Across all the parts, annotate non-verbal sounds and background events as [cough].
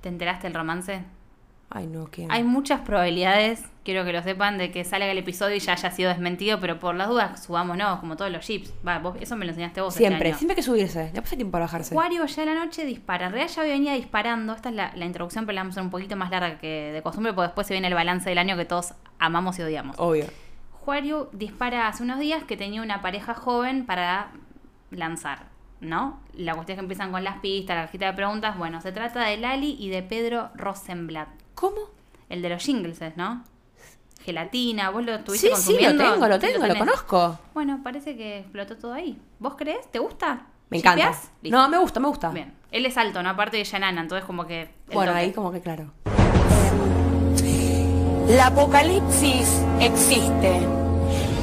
¿Te enteraste del romance? Ay, no, ¿quién? Hay muchas probabilidades, quiero que lo sepan, de que salga el episodio y ya haya sido desmentido, pero por las dudas subámonos, como todos los chips. Va, vos, eso me lo enseñaste vos. este siempre, año. siempre hay que subirse. Ya pasa tiempo para bajarse. Acuario ya de la noche dispara. En realidad ya venía disparando. Esta es la, la introducción, pero la vamos a hacer un poquito más larga que de costumbre, porque después se viene el balance del año que todos amamos y odiamos. Obvio. Acuario dispara hace unos días que tenía una pareja joven para lanzar, ¿no? La cuestión es que empiezan con las pistas, la cajita de preguntas. Bueno, se trata de Lali y de Pedro Rosenblatt, ¿Cómo? el de los jingles, ¿no? Gelatina, vos lo estuviste sí, sí, lo consumiendo. tengo, lo tengo, lo tenés. conozco. Bueno, parece que explotó todo ahí. ¿Vos crees? ¿Te gusta? Me encanta. ¿Shipeás? Listo. No, me gusta, me gusta. Bien. Él es alto, ¿no? Aparte de Yanana, entonces como que... el Bueno, toque. ahí como que claro. La apocalipsis existe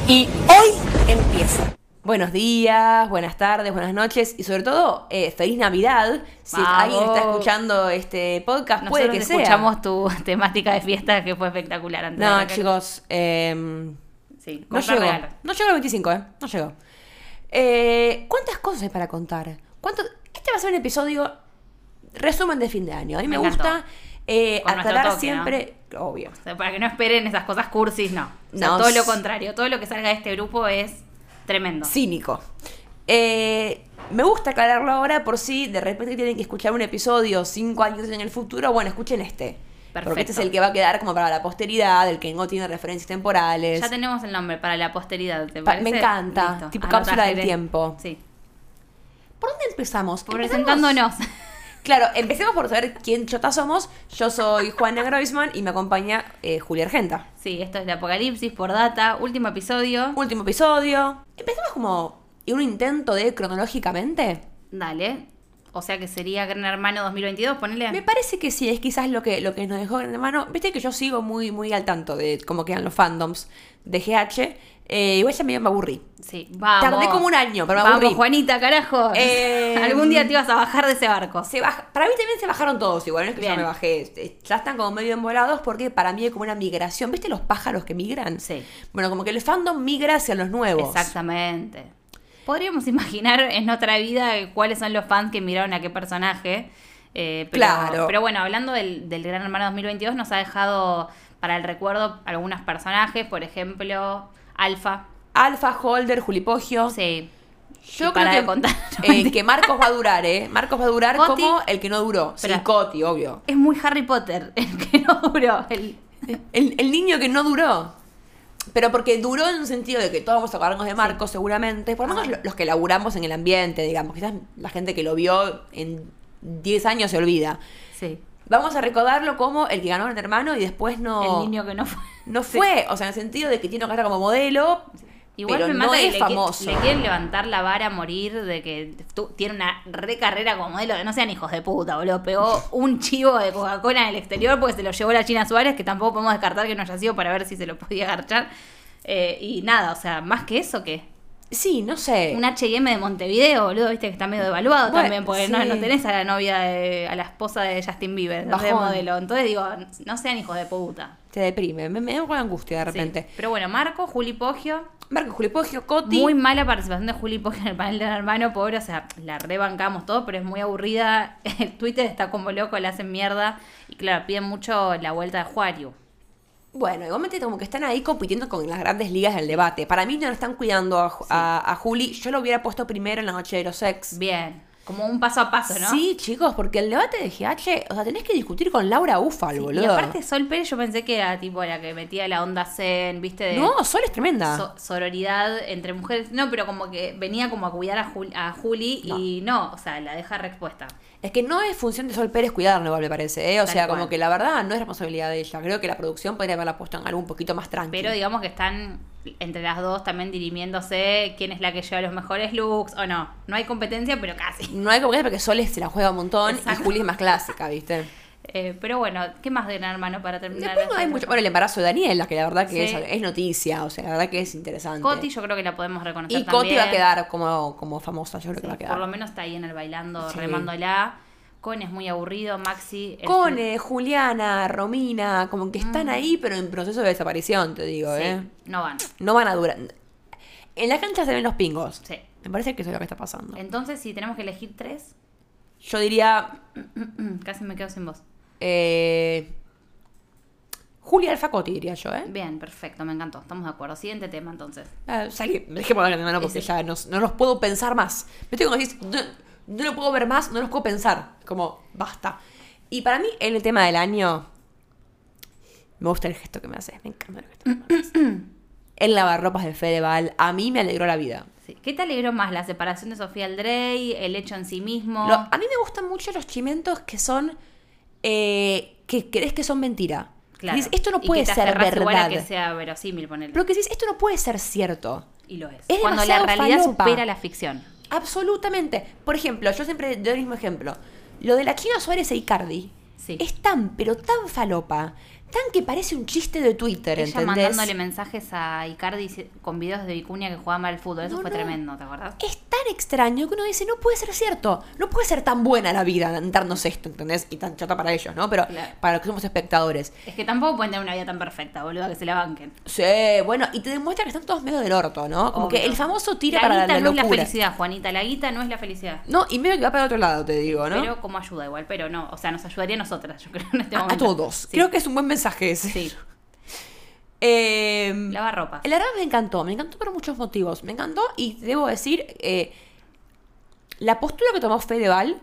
y hoy empieza. Buenos días, buenas tardes, buenas noches y sobre todo, eh, feliz Navidad. Si Vamos. alguien está escuchando este podcast, Nosotros puede que sea. escuchamos tu [laughs] temática de fiesta que fue espectacular antes de No, arrancar. chicos, em, Sí, no comprar llegó. regalos. No llegó el 25, ¿eh? No llegó. Eh, ¿Cuántas cosas hay para contar? ¿Cuánto... Este va a ser un episodio resumen de fin de año. A mí me, Me gusta encantó. eh, Con nuestro aclarar toque, siempre, obvio. O sea, para que no esperen esas cosas cursis, no. O sea, No, todo lo s- contrario. Todo lo que salga de este grupo es tremendo. Cínico. Eh, me gusta aclararlo ahora por si de repente tienen que escuchar un episodio cinco años en el futuro. Bueno, escuchen este. Porque este es Perfecto. el que va a quedar como para la posteridad, el que no tiene referencias temporales. Ya tenemos el nombre para la posteridad, ¿te Pa- parece? me encanta. Listo, Tipo anotá, cápsula del Jere. tiempo. Sí. ¿Por dónde empezamos? Por ¿Empezamos? presentándonos. Claro, empecemos por saber quién chota somos. Yo soy Juana Groisman y me acompaña eh, Julia Argenta. sí, esto es de Apocalipsis por data. Último episodio. Último episodio. Empecemos como un intento de cronológicamente. Dale. O sea que sería Gran Hermano 2022, ponele. Me parece que sí, es quizás lo que, lo que nos dejó Gran Hermano. Viste que yo sigo muy, muy al tanto de cómo quedan los fandoms de GH. Eh, igual ya medio me aburrí. Sí, vamos. Tardé como un año, pero me Vamos, aburrí. Juanita, carajo. Eh, [laughs] Algún día te ibas a bajar de ese barco. Se baja- para mí también se bajaron todos, igual no es que yo Bien. me bajé. Eh, Ya están como medio envolados porque para mí es como una migración. ¿Viste los pájaros que migran? Sí. Bueno, como que el fandom migra hacia los nuevos. Exactamente. Podríamos imaginar en otra vida cuáles son los fans que miraron a qué personaje. eh, pero, Claro. Pero bueno, hablando del, del Gran Hermano 2022, nos ha dejado para el recuerdo algunos personajes, por ejemplo, Alfa. Alfa, Holder, Julipogio. Sí. Yo Y para creo de [laughs] que, contar. [laughs] eh, que Marcos va a durar, ¿eh? Marcos va a durar Coti. como el que no duró. Sí, Espera. Coti, obvio. Es muy Harry Potter el que [laughs] no duró. El, El, el niño que no duró. Pero porque duró en un sentido de que todos vamos a acordarnos de Marcos, seguramente. Por lo menos lo- los que laburamos en el ambiente, digamos. Quizás la gente que lo vio en 10 años se olvida. sí. Vamos a recordarlo como el que ganó el hermano y después no, El niño que no fue. no Sí. fue. O sea, en el sentido de que tiene una carrera como modelo, Igual pero me no mata que es le, qui- famoso. le quieren levantar la vara a morir de que tú- tiene una recarrera como modelo, que no sean hijos de puta, boludo. [laughs] Pegó un chivo de Coca-Cola en el exterior porque se lo llevó la China Suárez, que tampoco podemos descartar que no haya sido para ver si se lo podía garchar. Eh, y nada, o sea, más que eso, que Sí, no sé. un HM de Montevideo, boludo, viste que está medio devaluado Bueno, también, porque no, sí. no tenés a la novia, de- a la esposa de Justin Bieber, de Bajón. modelo. Entonces digo, no sean hijos de puta. Te deprime, me, me da una angustia de Sí. repente. Pero bueno, Marco, Juli Poggio, Marco Julipogio, Coti. Muy mala participación de Juli Poggi en el panel del hermano, pobre, o sea, la rebancamos todo, pero es muy aburrida. [laughs] El Twitter está como loco, la hacen mierda. Y claro, piden mucho la vuelta de Juario. Bueno, igualmente como que están ahí compitiendo con las grandes ligas del debate. Para mí no lo están cuidando a, Ju- a- a Juli. Yo lo hubiera puesto primero en la noche de los ex. Bien, como un paso a paso, ¿no? Sí, chicos, porque el debate de GH, o sea, tenés que discutir con Laura Ufal, boludo. Y aparte Sol Pérez yo pensé que era tipo la que metía la onda zen, viste, de no, Sol es tremenda. so- sororidad entre mujeres. No, pero como que venía como a cuidar a, Jul- a Juli y no, o sea, la deja reexpuesta. Es que no es función de Sol Pérez cuidarlo, igual me parece. ¿eh? O Tal sea, cual. como que la verdad no es responsabilidad de ella. Creo que la producción podría haberla puesto en algo un poquito más tranquilo. Pero digamos que están entre las dos también dirimiéndose quién es la que lleva los mejores looks o no. No hay competencia, pero [laughs] casi. No hay como que porque Sol se la juega un montón Exacto. y Juli es más clásica, ¿viste? Eh, pero bueno, ¿qué más de Gran Hermano para terminar? Después no hay mucho. Bueno, el embarazo de Daniela, que la verdad que Sí. es, es noticia, o sea, la verdad que es interesante. Coti yo creo que la podemos reconocer y Coti va a también. quedar como, como famosa, yo creo que va a Por lo quedar. menos está ahí en el bailando, Sí. remándola. Con es muy aburrido, Maxi... el- Mm. Cone, Juliana, Romina, como que están ahí, pero en proceso de desaparición, te digo, Sí, ¿eh? no van. No van a durar. En la cancha se ven los pingos. Sí. Me parece que eso es lo que está pasando. Entonces, si tenemos que elegir tres, Yo diría Mm, casi me quedo sin voz. Eh, Julia Alfacotti, diría yo, ¿eh? Bien, perfecto, me encantó. Estamos de acuerdo. Siguiente tema entonces. Ah, salí, dejemos de mano porque Sí. ya no, no los puedo pensar más. ¿Viste cuando decís, no, no lo puedo ver más, no los puedo pensar? Como, basta. Y para mí, el tema del año. Me gusta el gesto que me haces, me encanta el gesto que me haces. [clears throat] El lavarropas de Fedeval, a mí me alegró la vida. Sí. ¿Qué te alegró más? ¿La separación de Sofía Aldrey? ¿El hecho en sí mismo? Lo- a mí me gustan mucho los chimentos que son. eh, que crees que son mentira. Claro. Dices, esto no Y que puede te ser aferrás verdad. igual a que sea verosímil, ponele. Pero que dices, esto no puede ser cierto. Y lo es. Es Cuando la demasiado realidad falopa. supera la ficción. Absolutamente. Por ejemplo, yo siempre doy el mismo ejemplo. Lo de la China Suárez e Icardi Sí. es tan, pero tan falopa, tan que parece un chiste de Twitter, Ella ¿entendés? mandándole mensajes a Icardi si- con videos de Vicuña que jugaba mal al fútbol. Eso No, fue no. tremendo, ¿te acordás? Es tan extraño que uno dice, no puede ser cierto, no puede ser tan buena la vida darnos esto, ¿entendés? Y tan chata para ellos, ¿no? Pero Claro. para los que somos espectadores. Es que tampoco pueden tener una vida tan perfecta, boludo, que se la banquen. Sí, bueno, y te demuestra que están todos medio del orto, ¿no? Como que Obvio. el famoso la tira para guita la no locura. es la felicidad, Juanita. La guita no es la felicidad. No, y medio que va para el otro lado, te digo, ¿no? Pero como ayuda igual, pero no. O sea, nos ayudaría a nosotras, yo [laughs] creo, en este a, a momento. todos. Sí. Creo que es un buen mensaje ese. Sí. [laughs] Eh, Lavarropas. El árabe me encantó, me encantó por muchos motivos. Me encantó y debo decir, eh, la postura que tomó Fedeval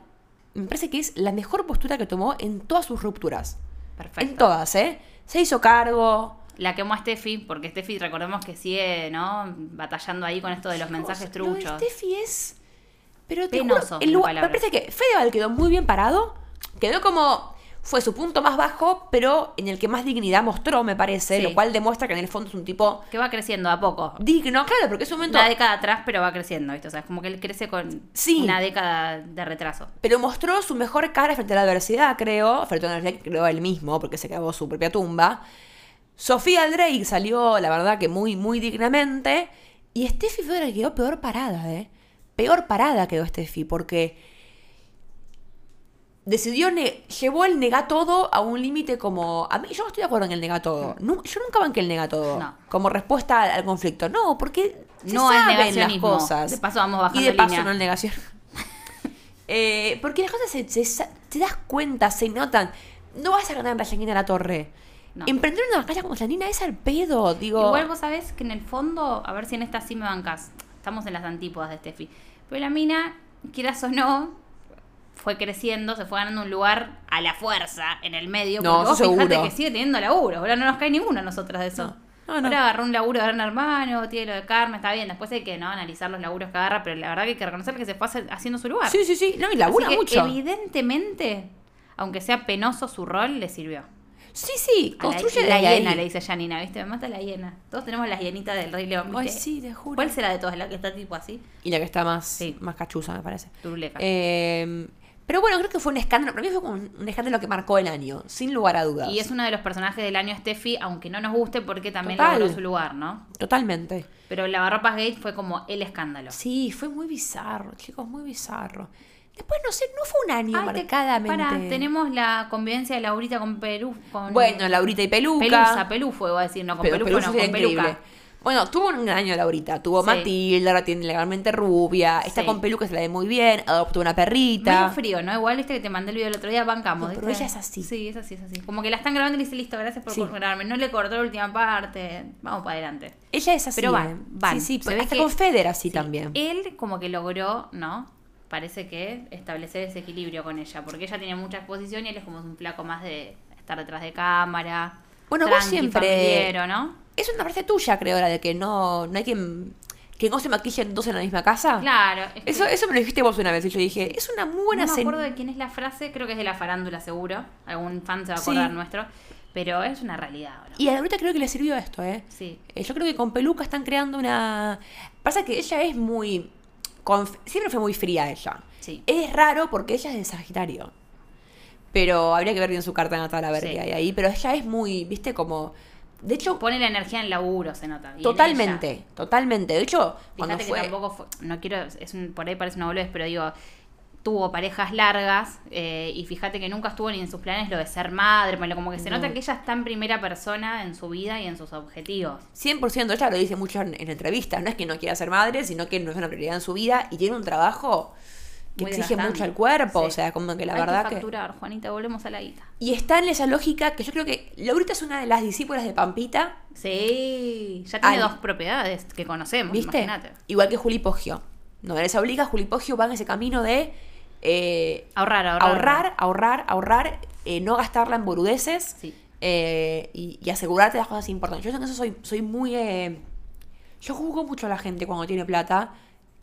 me parece que es la mejor postura que tomó en todas sus rupturas. Perfecto. En todas, ¿eh? Se hizo cargo. La quemó a Steffi, porque Steffi, recordemos que sigue, ¿no? Batallando ahí con esto de los mensajes Lo de truchos. Steffi es... Pero te Penoso, juro, en el lugar- me palabras. parece que Fedeval quedó muy bien parado. Quedó como... Fue su punto más bajo, pero en el que más dignidad mostró, me parece. Sí. Lo cual demuestra que en el fondo es un tipo Que va creciendo a poco. digno. Claro, porque es un momento... Una década atrás, pero va creciendo, ¿viste? O sea, es como que él crece con Sí. una década de retraso. Pero mostró su mejor cara frente a la adversidad, creo. Frente a la adversidad que creó él mismo, porque se cavó su propia tumba. Sofía Drake salió, la verdad, que muy, muy dignamente. Y Steffi fue la que quedó peor parada, ¿eh? Peor parada quedó Steffi, porque decidió, ne- llevó el nega todo a un límite como... A mí, yo no estoy de acuerdo en el nega todo. Nu- yo nunca banqué el nega todo. No. Como respuesta al, al conflicto. No, porque se No es saben las negacionismo. cosas. De paso vamos bajando Y de paso línea. no el negación. Eh, porque las cosas se, se sa- te das cuenta, se notan. No vas a ganar la Yanina la Torre. No. Emprender una batalla como Yanina es al pedo, digo. Igual vos sabés que en el fondo, a ver si en esta sí me bancas. Estamos en las antípodas de Steffi. Pero la mina, quieras o no, fue creciendo, se fue ganando un lugar a la fuerza en el medio. No, porque vos eso fijate seguro. que sigue teniendo laburo. Ahora no nos cae ninguno a nosotras de eso. No, no, no. Ahora agarró un laburo de gran hermano, tiene lo de Carmen, está bien. Después hay que no analizar los laburos que agarra, pero la verdad que hay que reconocer que se fue hace- haciendo su lugar. Sí, sí, sí. No, y Así labura que, mucho. Evidentemente, aunque sea penoso su rol, le sirvió. Sí, sí. A la- Construye la, desde hiena, ahí. le dice Janina, ¿viste? Me mata la hiena. Todos tenemos las hienitas del Rey León. ¿viste? Ay, sí, te juro. ¿Cuál será de todas? La que está tipo así, Y la que está más, Sí. más cachuza, me parece. turuleca. Eh, pero bueno, creo que fue un escándalo. Para mí fue como un, un escándalo que marcó el año, sin lugar a dudas. y es uno de los personajes del año Steffi, aunque no nos guste porque también Total. logró su lugar, ¿no? Totalmente. Pero Lavarropas Gate fue como el escándalo. Sí, fue muy bizarro, chicos, muy bizarro. Después, no sé, no fue un año Ay, te- marcadamente. pará, tenemos la convivencia de Laurita con Perú. Con Bueno, Laurita y Peluca. Pelusa, Pelufo, iba a decir, no, con Pero Pelufo, Pelusa no, era con increíble. Peluca. Bueno, tuvo un gran año Laurita. Tuvo Sí. Matilda, ahora tiene legalmente rubia. Está Sí. con peluca, se la ve muy bien. Adoptó una Medio perrita. frío, ¿no? Igual este que te mandé el video el otro día, bancamos. No, pero ¿viste? ella es así. Sí, es así, es así. Como que la están grabando y le dice, listo, gracias por Sí. grabarme. No le cortó la última parte. Vamos para adelante. Ella es así. Pero ¿eh? van, van. Sí, sí, Se ve hasta que- con Feder sí, así también. Él como que logró, ¿no? Parece que establecer ese equilibrio con ella, porque ella tiene mucha exposición y él es como un flaco más de estar detrás de cámara. Bueno, vos tranqui, siempre- familiero, ¿no? Es una parte tuya, creo, la de que no, no hay quien. Que no se maquillen dos en la misma casa. Claro. es que Ah, Eso, eso me lo dijiste vos una vez y yo dije, es una muy buena no me sen- acuerdo de quién es la frase, creo que es de la farándula seguro. Algún fan se va a acordar Sí. nuestro. Pero es una realidad, ¿no? Y a Laurita creo que le sirvió esto, ¿eh? Sí. Eh, Yo creo que con Peluca están creando una. Pasa que ella es muy. conf- Siempre fue muy fría ella. Sí. Es raro porque ella es de Sagitario. Pero habría que ver bien su carta natal a ver Sí. qué hay ahí. Pero ella es muy, viste, como. De hecho, Pone la energía en laburo, se nota. y en totalmente, ella. totalmente. De hecho, cuando Fíjate que fue. tampoco fue- no quiero, es un- por ahí parece una boludez, pero digo, tuvo parejas largas eh, y fíjate que nunca estuvo ni en sus planes lo de ser madre, pero como que se nota que ella está en primera persona en su vida y en sus objetivos. 100% ella lo dice mucho en, en entrevistas. No es que no quiera ser madre, sino que no es una prioridad en su vida y tiene un trabajo que muy exige desgastante. mucho al cuerpo, Sí. o sea, como que la Hay verdad que que... facturar, Juanita, volvemos a la guita. Y está en esa lógica que yo creo que Laurita es una de las discípulas de Pampita, Sí, ya tiene Al- dos propiedades que conocemos, ¿viste? Mm, imagínate. Igual que Juli Poggio. No, en esa obliga Juli Poggio va en ese camino de eh, Ahorrar, ahorrar. ahorrar, ahorrar, ahorrar, eh, no gastarla en boludeces Sí. eh, y, y asegurarte las cosas importantes. Yo en eso soy, soy muy... eh, yo juzgo mucho a la gente cuando tiene plata,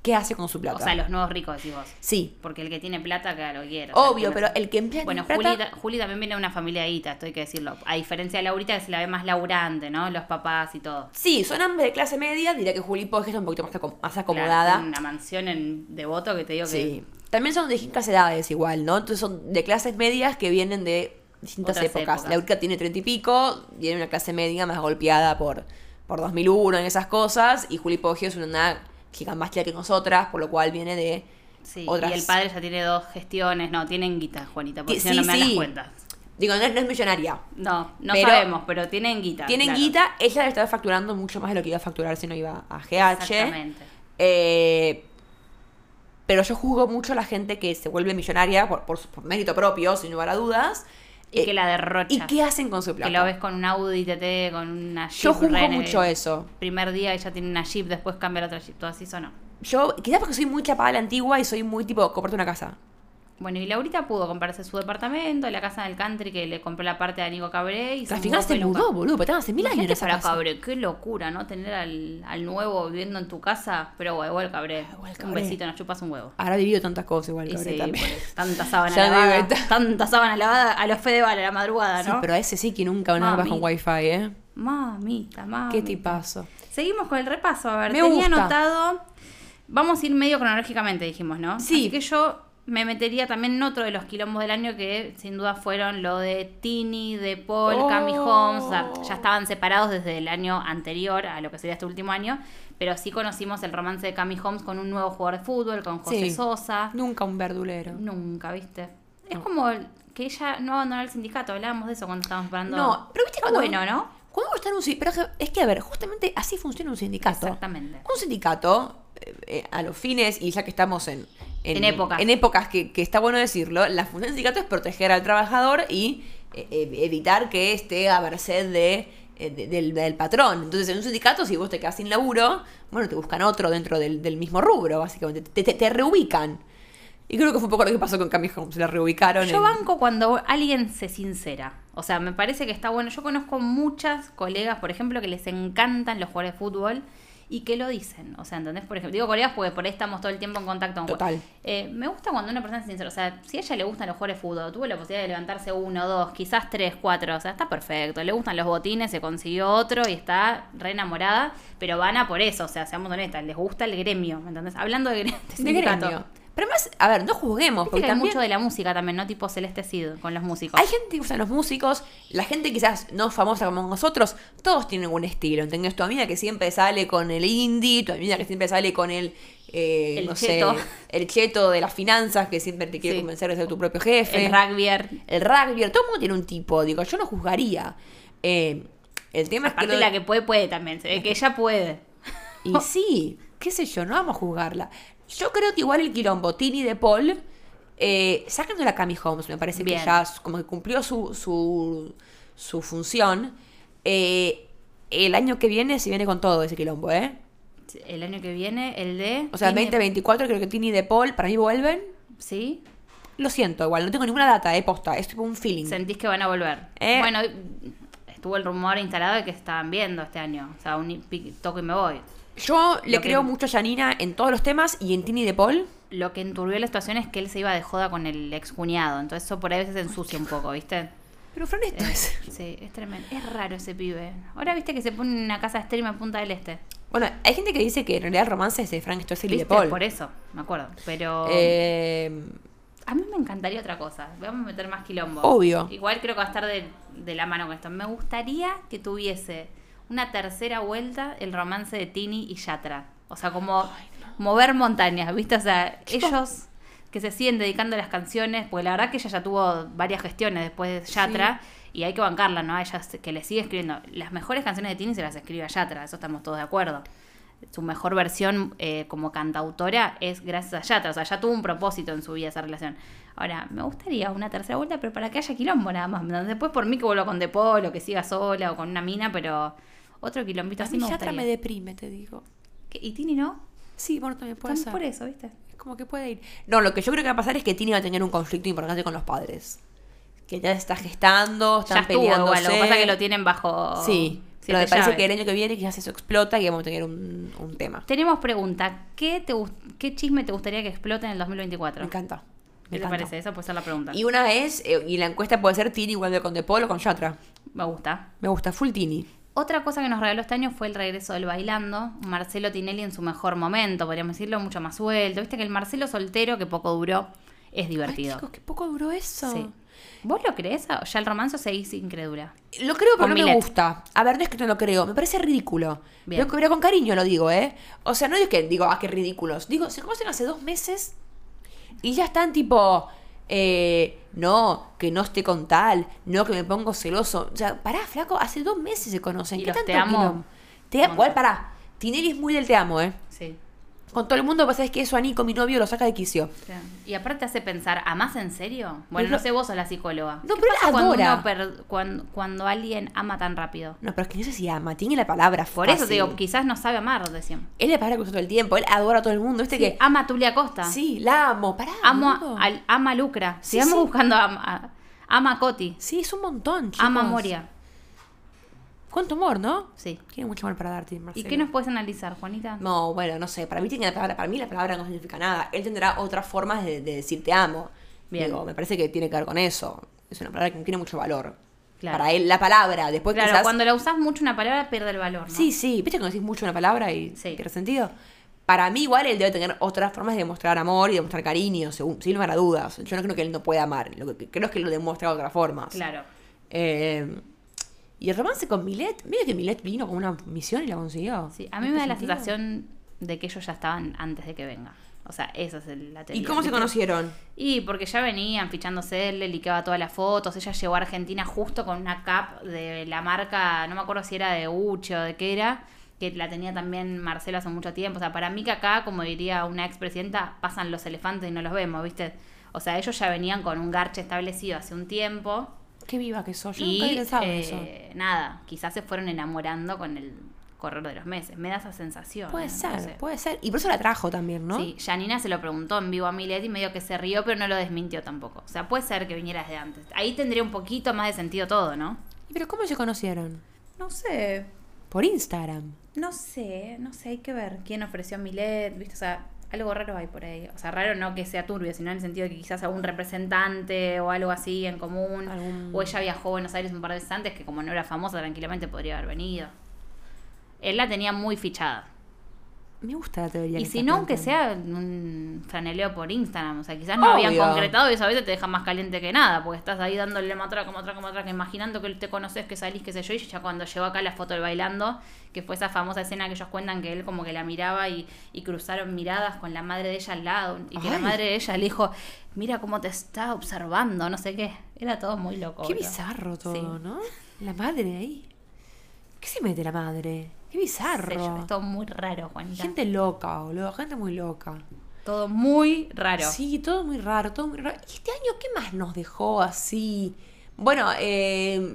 qué hace con su plata. O sea, los nuevos ricos, decís vos. Sí, Porque el que tiene plata, que lo quiere. o sea, obvio, que pero no- el que emplea Bueno, plata... Juli, ta- Juli también viene de una familia de guita, esto hay que decirlo. A diferencia de Laurita, que se la ve más laburante, ¿no? Los papás y todo. Sí, son ambas de clase media, diría que Juli Poggio está un poquito más, acom- más Claro, acomodada. tiene Una mansión en Devoto que te digo Sí. También son de distintas edades igual, ¿no? Entonces son de clases medias que vienen de distintas Otras épocas. épocas. Laurita tiene treinta y pico, tiene una clase media más golpeada por, por 2001 en esas cosas, y Juli Poggio es una chica más chica que nosotras, por lo cual viene de... que. Sí, otras- Y el padre ya tiene dos gestiones, no, tienen guita, Juanita, porque Ti- si no, sí, no me dan sí. las cuentas. Digo, no, es- no es millonaria. No, no Pero- sabemos, pero tienen guita. Tienen claro. guita, ella debe estar facturando mucho más de lo que iba a facturar si no iba a GH. Exactamente. Eh, pero yo juzgo mucho a la gente que se vuelve millonaria por, por, su- por mérito propio, sin lugar a dudas. Y Eh, que la derrocha. ¿Y qué hacen con su Que plata? lo ves con un Audi TT, con una Jeep. Yo juzgo Renegade. mucho eso. Primer día ella tiene una Jeep, después cambia la otra Jeep. Todo así sonó. Yo, quizás porque soy muy chapada a la antigua y soy muy tipo, comprarte una casa. Bueno, y Laurita pudo comprarse su departamento, la casa del country que le compró la parte de Nico Cabré. Y Al final se mudó, boludo, pero estaba hace mil años en esa para casa. Cabré, qué locura, ¿no? Tener al, al nuevo viviendo en tu casa. Pero bueno, igual Cabré. Ah, igual Un Cabré. besito, nos chupas un huevo. Habrá vivido tantas cosas igual que Y ahora sí, también. pues, tanta sábana [laughs] Ya lavada. digo, está- Tanta sábana lavada a los Fedeval a la madrugada, Sí, ¿no? pero a ese sí que nunca van a Mami. bajar con wifi, ¿eh? Mamita, mamita. Qué tipazo. Seguimos con el repaso, a ver. Me tenía gusta. anotado. Vamos a ir medio cronológicamente, dijimos, ¿no? Sí. Así que yo me metería también en otro de los quilombos del año que sin duda fueron lo de Tini, de Paul, Oh. Cami Holmes. O sea, ya estaban separados desde el año anterior a lo que sería este último año. Pero sí conocimos el romance de Cami Holmes con un nuevo jugador de fútbol, con José Sí. Sosa. Nunca un verdulero. Nunca, ¿viste? Es como que ella no abandonó el sindicato. Hablábamos de eso cuando estábamos hablando. No, pero viste Está cuando. bueno, ¿no? Cuando vos estás en un sin- pero es que- es que, a ver, justamente así funciona un sindicato. Exactamente. Un sindicato, eh, eh, a los fines, y ya que estamos en. En épocas. En épocas que, que está bueno decirlo, la función del sindicato es proteger al trabajador y eh, eh, evitar que esté a merced de. eh, de- Del, del patrón. Entonces, en un sindicato, si vos te quedás sin laburo, bueno, te buscan otro dentro del, del mismo rubro, básicamente. Te, te- te reubican. Y creo que fue un poco lo que pasó con Cami Holmes. La reubicaron. Yo en- banco cuando alguien se sincera. O sea, me parece que está bueno. Yo conozco muchas colegas, por ejemplo, que les encantan los jugadores de fútbol y que lo dicen. O sea, ¿entendés? Por ejemplo, digo colegas porque por ahí estamos todo el tiempo en contacto. con- Total. Eh, me gusta cuando una persona es sincera. O sea, si a ella le gustan los jugadores de fútbol, tuvo la posibilidad de levantarse uno, dos, quizás tres, cuatro. O sea, está perfecto. Le gustan los botines, se consiguió otro y está re enamorada. Pero van a por eso. O sea, seamos honestas. Les gusta el gremio. ¿me ¿Entendés? Hablando de, gre- [laughs] de de sindicato. gremio. Pero además, a ver, no juzguemos, Viste porque que hay también mucho de la música también, ¿no? Tipo Celeste Cid con los músicos. hay gente que usa los músicos, la gente quizás no famosa como nosotros, todos tienen un estilo, ¿entendés? Tu amiga que siempre sale con el indie, tu amiga que siempre sale con el, eh, El no cheto. sé, el cheto de las finanzas, que siempre te quiere Sí. convencer de ser tu propio jefe. el rugbyer. El rugby, todo el mundo tiene un tipo, digo, yo no juzgaría. Eh, el tema es que... Aparte lo- la que puede, puede también. Se ve que ella puede. Oh. Y sí, qué sé yo, no vamos a juzgarla. Yo creo que igual el quilombo Tini de Paul, eh, sacando la Cami Holmes, me parece Bien. que ya s- como que cumplió su, su, su función. eh, el año que viene se viene con todo ese quilombo, ¿eh? El año que viene, el de... O sea, Tini- 2024 creo que Tini de Paul para mí vuelven. ¿Sí? Lo siento, igual, no tengo ninguna data, ¿eh? Posta, es tipo un feeling. Sentís que van a volver. Eh. Bueno, estuvo el rumor instalado de que estaban viendo este año. O sea, un pic- toco y me voy. Yo le Lo que- creo mucho a Janina en todos los temas y en Tini de Paul. Lo que enturbió la situación es que él se iba de joda con el excuñado. Entonces eso por ahí a veces ensucia un poco, [laughs] ¿viste? Pero Fran, esto Eh, es... sí, es tremendo. Es raro ese pibe. Ahora viste que se pone en una casa stream en Punta del Este. [laughs] Bueno, hay gente que dice que en realidad el romance es de Frank Stoessel y de ¿Viste? Paul. Por eso, me acuerdo. Pero... Em, Eh, A mí me encantaría otra cosa. Vamos a meter más quilombo. Obvio. Igual creo que va a estar de, de la mano con esto. Me gustaría que tuviese una tercera vuelta el romance de Tini y Yatra. O sea, como mover montañas, ¿viste? O sea, ellos que se siguen dedicando a las canciones, porque la verdad que ella ya tuvo varias gestiones después de Yatra y hay que bancarla, ¿no? A ella se- que le sigue escribiendo. Las mejores canciones de Tini se las escribe a Yatra, eso estamos todos de acuerdo. su mejor versión eh, como cantautora es gracias a Yatra. O sea, ya tuvo un propósito en su vida esa relación. Ahora, me gustaría una tercera vuelta, pero para que haya quilombo nada más. ¿no? Después por mí que vuelva con Depol o que siga sola o con una mina, pero otro quilombito A así mí me Yatra gustaría. me deprime, te digo. ¿Qué? ¿Y Tini no? Sí, bueno, también puede Están ser. por eso, ¿viste? Es como que puede ir. No, lo que yo creo que va a pasar es que Tini va a tener un conflicto importante con los padres. Que ya se está gestando, Ya están estuvo peleando. igual, lo que pasa es que lo tienen bajo... Sí, pero siete me parece llaves. que el año que viene quizás eso explota y vamos a tener un, un tema. Tenemos pregunta. ¿Qué, te, gust- ¿Qué chisme te gustaría que explote en el 2024? Me encanta. ¿Qué Me te encanta. parece? Esa puede ser la pregunta. Y una es, eh, y la encuesta puede ser Tini igual de con De Polo con Yatra. Me gusta. Me gusta, full Tini. Otra cosa que nos regaló este año fue el regreso del bailando. Marcelo Tinelli en su mejor momento, podríamos decirlo, mucho más suelto. Viste que el Marcelo soltero, que poco duró, es divertido. Ay, chicos, qué poco duró eso. Sí. ¿Vos lo crees? ¿O ya el romance seguís incrédula? Lo creo, pero Con no me Millet. gusta. A ver, no es que no lo creo, me parece ridículo. Bien. Lo que- Pero con cariño lo digo, ¿eh? O sea, no es que digo, ah, qué ridículos. Digo, se conocen hace dos meses y ya están tipo, eh, no, que no esté con tal, no, que me pongo celoso. O sea, pará, flaco, hace dos meses se conocen. Y ¿Qué los tanto te amo. quilombo? Te amo. Igual, pará. Tinelli es muy del te amo, ¿eh? Sí. Con todo el mundo, pasa es que eso a Nico, mi novio, lo saca de quicio. Y aparte te hace pensar, ¿a más en serio? Bueno, Pero- no sé, vos sos la psicóloga. No, ¿Qué pero él pasa cuando, adora. uno per- cuando, cuando alguien ama tan rápido? No, pero es que no sé si ama, tiene la palabra Por eso te fácil. digo, quizás no sabe amar, decíamos. Él le palabra que usa todo el tiempo, él adora a todo el mundo, ¿viste Sí, que? ama a Tulia Costa. Sí, la amo, pará. Amo boludo. a, al- ama a Lucra. Sí, Sigamos sí. buscando a, a- ama a Coti. Sí, es un montón, chicos. Ama a Moria. Cuánto amor, ¿no? Sí. Tiene mucho amor para darte, ¿Y Marcelo. qué nos puedes analizar, Juanita? No, bueno, no sé. Para mí tiene la palabra, para mí la palabra no significa nada. Él tendrá otras formas de, de decir te amo. Bien. Digo, me parece que tiene que ver con eso. Es una palabra que tiene mucho valor. Claro. Para él, la palabra. Después claro, pues quizás- cuando la usás mucho una palabra pierde el valor, ¿no? Sí, sí. ¿Viste cuando decís mucho una palabra y Sí. tiene sentido? Para mí, igual, él debe tener otras formas de demostrar amor y demostrar cariño, según, sin lugar a dudas. Yo no creo que él no pueda amar. Lo que creo es que lo demuestra de otras formas. Claro. Eh, y el romance con Milet, mira que Milet vino con una misión y la consiguió. Sí, a mí me da la ¿Sentido? sensación de que ellos ya estaban antes de que venga. O sea, esa es el- la teoría. ¿Y cómo se ¿viste? conocieron? Y porque ya venían fichándose, él le liqueaba todas las fotos, ella llegó a Argentina justo con una cap de la marca, no me acuerdo si era de Uche o de qué era, que la tenía también Marcelo hace mucho tiempo. O sea, para mí que acá, como diría una expresidenta, pasan los elefantes y no los vemos, ¿viste? O sea, ellos ya venían con un garche establecido hace un tiempo. Qué viva que soy. Yo y nunca había pensado en eso. eh, nada, quizás se fueron enamorando con el correr de los meses. Me da esa sensación. Puede ¿eh? No ser, sé. puede ser. Y por eso la trajo también, ¿no? Sí, Janina se lo preguntó en vivo a Milet y medio que se rió, pero no lo desmintió tampoco. O sea, puede ser que viniera desde antes. Ahí tendría un poquito más de sentido todo, ¿no? ¿Y ¿Pero cómo se conocieron? No sé, Por Instagram. no sé, no sé, hay que ver quién ofreció a Milet, ¿viste? O sea, algo raro hay por ahí. O sea, raro no que sea turbio, sino en el sentido de que quizás algún representante o algo así en común. Algún- O ella viajó a Buenos Aires un par de veces antes, que como no era famosa, tranquilamente podría haber venido. Él la tenía muy fichada. Me gusta la teoría. Y que si estás no, aunque planteando. sea un franeleo por Instagram, o sea, quizás no habían Obvio. concretado y eso a veces te deja más caliente que nada, porque estás ahí dándole matraca, matraca, matraca, imaginando que te conoces, que salís, qué sé yo, y ya cuando llegó acá la foto del bailando, que fue esa famosa escena que ellos cuentan que él como que la miraba y, y cruzaron miradas con la madre de ella al lado, y que la Ay. madre de ella le dijo, mira cómo te está observando, no sé qué, era todo muy loco. Qué boludo. bizarro todo, Sí. ¿no? La madre ahí. ¿Qué se mete la madre? Sí, Qué yo- bizarro. es todo muy raro, Juanita. Gente loca, boludo. Gente muy loca. Todo muy raro. Sí, todo muy raro, todo muy raro. ¿Y este año qué más nos dejó así? Bueno, eh,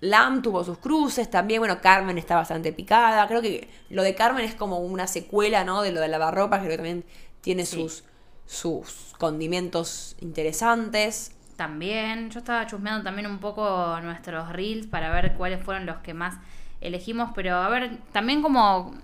Lam tuvo sus cruces también, bueno, Carmen está bastante picada. Creo que lo de Carmen es como una secuela, ¿no? De lo de lavarropa, creo que también tiene Sí. sus, sus condimentos interesantes. También, yo estaba chusmeando también un poco nuestros reels para ver cuáles fueron los que más elegimos, pero a ver, también como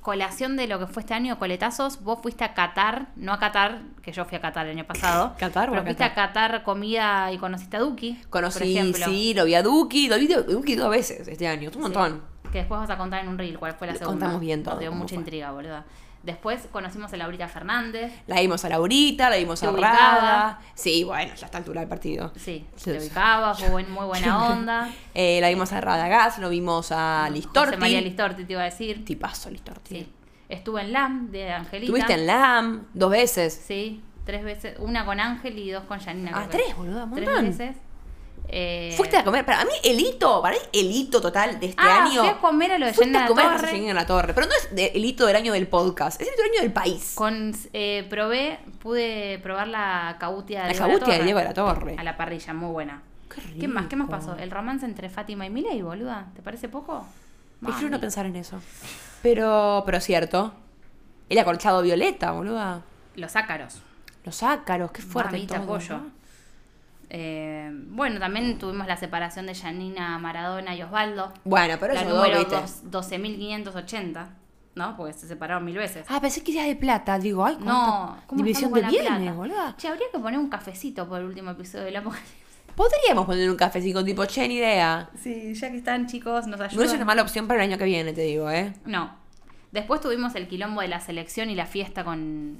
colación de lo que fue este año, coletazos, vos fuiste a Qatar, no a Qatar, que yo fui a Qatar el año pasado, [laughs] ¿Qatar o pero a fuiste a Qatar comida y conociste a Duki, por Conocí, ejemplo, sí, lo vi a Duki, lo vi a Duki dos veces este año, es un montón. que después vas a contar en un reel cuál fue la Le segunda. contamos bien todo, Nos dio cómo mucha fue. intriga, boludo. Después conocimos a Laurita Fernández, La vimos a Laurita, la vimos Te a ubicaba. Rada. Sí, bueno, ya está altura del partido. sí, Sí, se sí. ubicaba, fue buen- muy [laughs] buena onda. Eh, la vimos a Radagast, lo vimos a Listorti. José María Listorti te iba a decir. Tipazo Listorti. Sí. Estuve en LAM de Angelita. Estuviste en LAM dos veces. Sí, tres veces. Una con Ángel y dos con Janina. Ah, creo que. tres, boluda, un Tres montón. veces. Eh, Fuiste a comer, para mí el hito, para mí el hito total de este Ah, año. fui a comer a lo de Fuiste Jenna a comer La a Torre. Jenna La Torre, pero no es de- el hito del año del podcast, es el hito del año del país. Con, eh, probé, pude probar la cautia de la Diego jabutia de Torre. Diego de la Torre. A la parrilla, muy buena. Qué ¿Qué más? ¿Qué más rico. pasó? El romance entre Fátima y Milei, boluda. ¿Te parece poco? Prefiero Mami. no pensar en eso. Pero, pero cierto. El acolchado violeta, boluda. Los ácaros. Los ácaros, qué fuerte. Mami, te todo, apoyo. ¿no? Eh, bueno, también tuvimos la separación de Janina Maradona y Osvaldo. Bueno, pero la eso número viste. dos- 12.580, ¿no? Porque se separaron mil veces. Ah, pensé que era de plata. Digo, ay, no, no, ¿cómo división de estamos con la bienes, plata? boluda. Che, habría que poner un cafecito por el último episodio del Apocalipsis. Podríamos poner un cafecito tipo, che, ni idea. Sí, ya que están chicos, nos ayudan. No es una mala opción para el año que viene, te digo, ¿eh? No. Después tuvimos el quilombo de la selección y la fiesta con.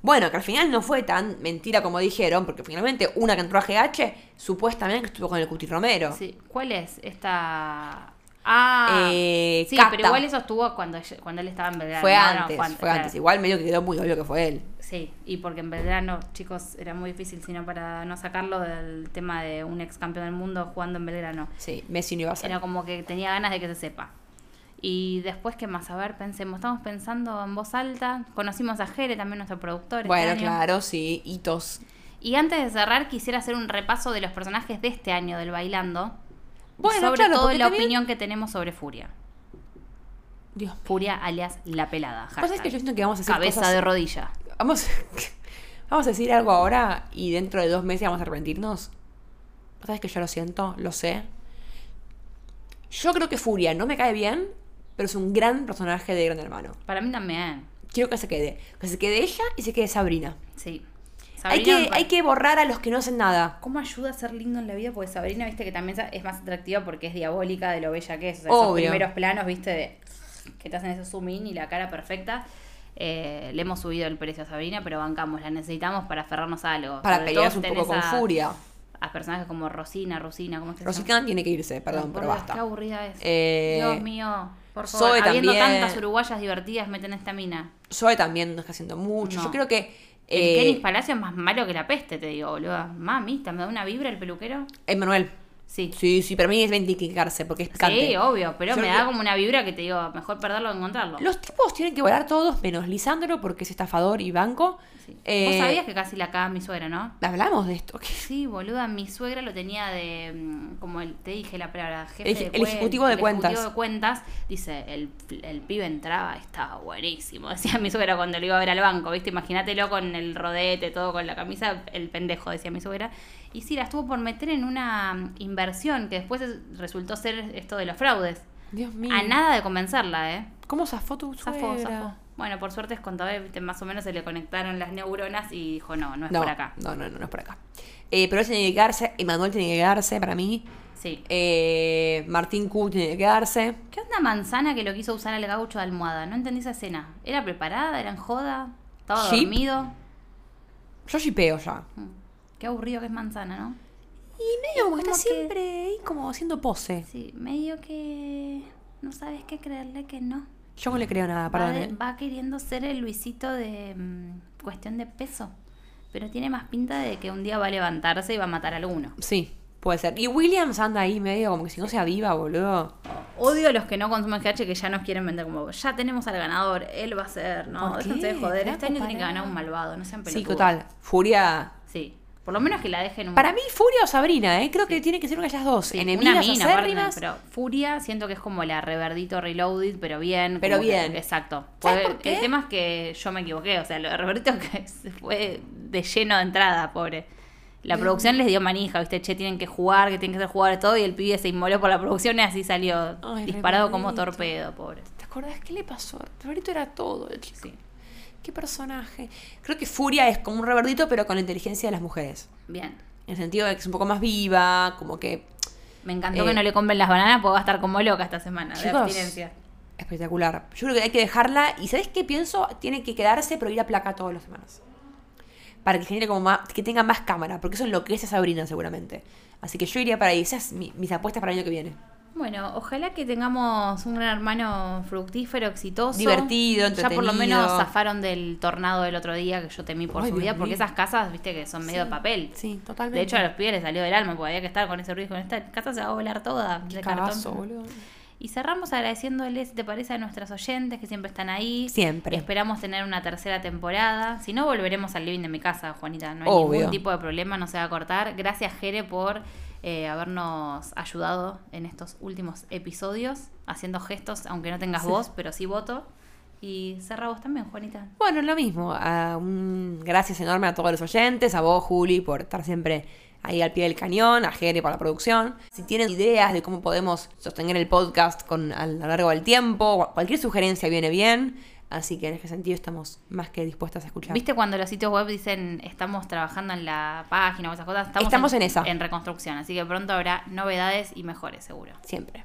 Bueno, que al final no fue tan mentira como dijeron, porque finalmente una que entró a GH supuestamente estuvo con el Cuti Romero. Sí, ¿Cuál es esta.? Ah, Eh, sí, Cata. pero igual eso estuvo cuando, ella- cuando él estaba en Belgrano. Fue No, no, antes, fue fue claro. antes. Igual medio que quedó muy obvio que fue él. Sí, y porque en Belgrano, chicos, era muy difícil, sino para no sacarlo del tema de un ex campeón del mundo jugando en Belgrano. Sí, Messi no iba a ser. Era como que tenía ganas de que se sepa. Y después, ¿qué más? A ver, pensemos. Estamos pensando en voz alta. Conocimos a Jere, también nuestro productor. este Bueno, año. claro, sí, hitos. Y antes de cerrar, quisiera hacer un repaso de los personajes de este año del Bailando. Bueno, sobre claro, todo porque la también- opinión que tenemos sobre Furia. Dios. Furia alias La Pelada. Pasa es hashtag. que yo siento que vamos a hacer Cabeza cosas- de rodilla. Vamos, [laughs] vamos a decir algo ahora y dentro de dos meses vamos a arrepentirnos. ¿Sabes que yo lo siento? Lo sé. Yo creo que Furia no me cae bien, pero es un gran personaje de Gran Hermano. Para mí también. Quiero que se quede. Que se quede ella y se quede Sabrina. Sí. Hay Sabrina me que, pare- hay que borrar a los que no hacen nada. ¿Cómo ayuda a ser lindo en la vida? Porque Sabrina, viste que también es más atractiva porque es diabólica de lo bella que es. O sea, esos Obvio. primeros planos, viste, de que te hacen ese zoom in y la cara perfecta. Eh, le hemos subido el precio a Sabrina, pero bancamos, la necesitamos para aferrarnos a algo. Para Sobre todo pelearse un si poco con tenés a- Furia. A personajes como Rosina, Rosina, ¿cómo se llama? Rosicán tiene que irse, perdón, Por pero Dios, Qué basta. aburrida es. Eh, Dios mío, por favor, Zoe habiendo también. tantas uruguayas divertidas, meten esta mina. Zoe también no está haciendo mucho. No. Yo creo que. El eh, Kenis Palacio es más malo que la peste, te digo, boluda. Mami, ¿te me da una vibra el peluquero? Emanuel. Sí. Sí, sí, para mí es 20 quejarse porque es picante. Sí, obvio, pero Yo me creo- da como una vibra que te digo, mejor perderlo que encontrarlo. Los tipos tienen que volar todos menos Lisandro porque es estafador y banco. Sí. Eh, Vos sabías que casi la cagaba mi suegra, ¿no? Hablamos de esto. [laughs] que Sí, boluda, mi suegra lo tenía de, mm, como el- te dije la palabra, jefe El- de el cuen- ejecutivo de el cuentas. ejecutivo de cuentas, dice, el, el pibe entraba, estaba buenísimo, [laughs] decía mi suegra cuando lo iba a ver al banco, ¿viste? Imagínatelo con el rodete, todo con la camisa, el pendejo, decía mi suegra. Y sí, la estuvo por meter en una mm, inversión que después es- resultó ser esto de los fraudes. Dios mío. A nada de convencerla, ¿eh? ¿Cómo zafó tu Zafó, suegra? zafó. Bueno, por suerte es contador, viste, más o menos se le conectaron las neuronas y dijo, no, no es No, por acá. no, no, no, no es por acá. Eh, pero él tiene que quedarse, Emanuel tiene que quedarse para mí. Sí. Eh, Martín Q tiene que quedarse. ¿Qué onda manzana que lo quiso usar al gaucho de almohada? No entendí esa escena. ¿Era preparada? ¿Era en joda? ¿Estaba Sí. dormido? Yo shipeo ya. Mm. Qué aburrido que es manzana, ¿no? Y medio como que está como que- siempre ahí como haciendo pose. Sí, medio que no sabes qué creerle que no. Yo no le creo nada, Va, perdón. de- eh. va queriendo ser el Luisito de mm, cuestión de peso. Pero tiene más pinta de que un día va a levantarse y va a matar a alguno. Sí, puede ser. Y Williams anda ahí medio como que si no se aviva, boludo. Odio a los que no consumen GH que ya nos quieren vender como ya tenemos al ganador, él va a ser, no, ¿Por qué? déjense de joder, este Flaco, año tiene que pará. ganar un malvado, no sean Sí, pelotudos. total. Furia Sí. Por lo menos que la dejen un Para mí, Furia o Sabrina, ¿eh? Creo que tiene que ser una de las dos. sí, Enemigas una mina, aparte, acérrimas. pero Furia siento que es como la Reverdito Reloaded, pero bien. Pero como que- bien. exacto. ¿Sabes Fue- por qué? El tema es que yo me equivoqué, o sea, lo de Reverdito que se fue de lleno de entrada, pobre. La Mm. producción les dio manija, viste, che, tienen que jugar, que tienen que hacer jugar todo, y el pibe se inmoló por la producción y así salió Ay, disparado como Reverdito. torpedo, pobre. ¿Te acordás qué le pasó? Favorito era todo, el chico. Sí. Qué personaje. Creo que Furia es como un reverdito, pero con la inteligencia de las mujeres. Bien. En el sentido de que es un poco más viva, como que. Me encantó Eh, que no le compren las bananas porque va a estar como loca esta semana de Chicos, abstinencia. espectacular. Yo creo que hay que dejarla. ¿Y sabes qué pienso? Tiene que quedarse, pero ir a placa todos los semanas. Para que genere como más. que tenga más cámara, porque eso es lo que es a Sabrina, seguramente. Así que yo iría para ahí. Esas son mis apuestas para el año que viene. Bueno, ojalá que tengamos un gran hermano fructífero, exitoso. Divertido, Ya por lo menos entretenido. zafaron del tornado del otro día que yo temí por Ay, su Dios vida, porque mío. esas casas, viste, que son medio de papel. Sí, De totalmente. hecho, a los pibes les salió del alma, porque había que estar con ese ruido. y Con esta casa se va a volar toda de Cagazo, cartón. boludo. Y cerramos agradeciéndoles, si te parece, a nuestras oyentes que siempre están ahí. Siempre. Esperamos tener una tercera temporada. Si no, volveremos al living de mi casa, Juanita. No hay Obvio. ningún tipo de problema, no se va a cortar. Gracias, Jere, por eh, habernos ayudado en estos últimos episodios, haciendo gestos, aunque no tengas voz, pero sí voto. Y cerra vos también, Juanita. Bueno, lo mismo. a un gracias enorme a todos los oyentes, a vos, Juli, por estar siempre ahí al pie del cañón, a Jere por la producción. Si tienen ideas de cómo podemos sostener el podcast con, a lo largo del tiempo, cu- cualquier sugerencia viene bien. Así que en ese sentido estamos más que dispuestas a escuchar. ¿Viste cuando los sitios web dicen estamos trabajando en la página o esas cosas? Estamos en esa. En reconstrucción, así que pronto habrá novedades y mejores, seguro. Siempre.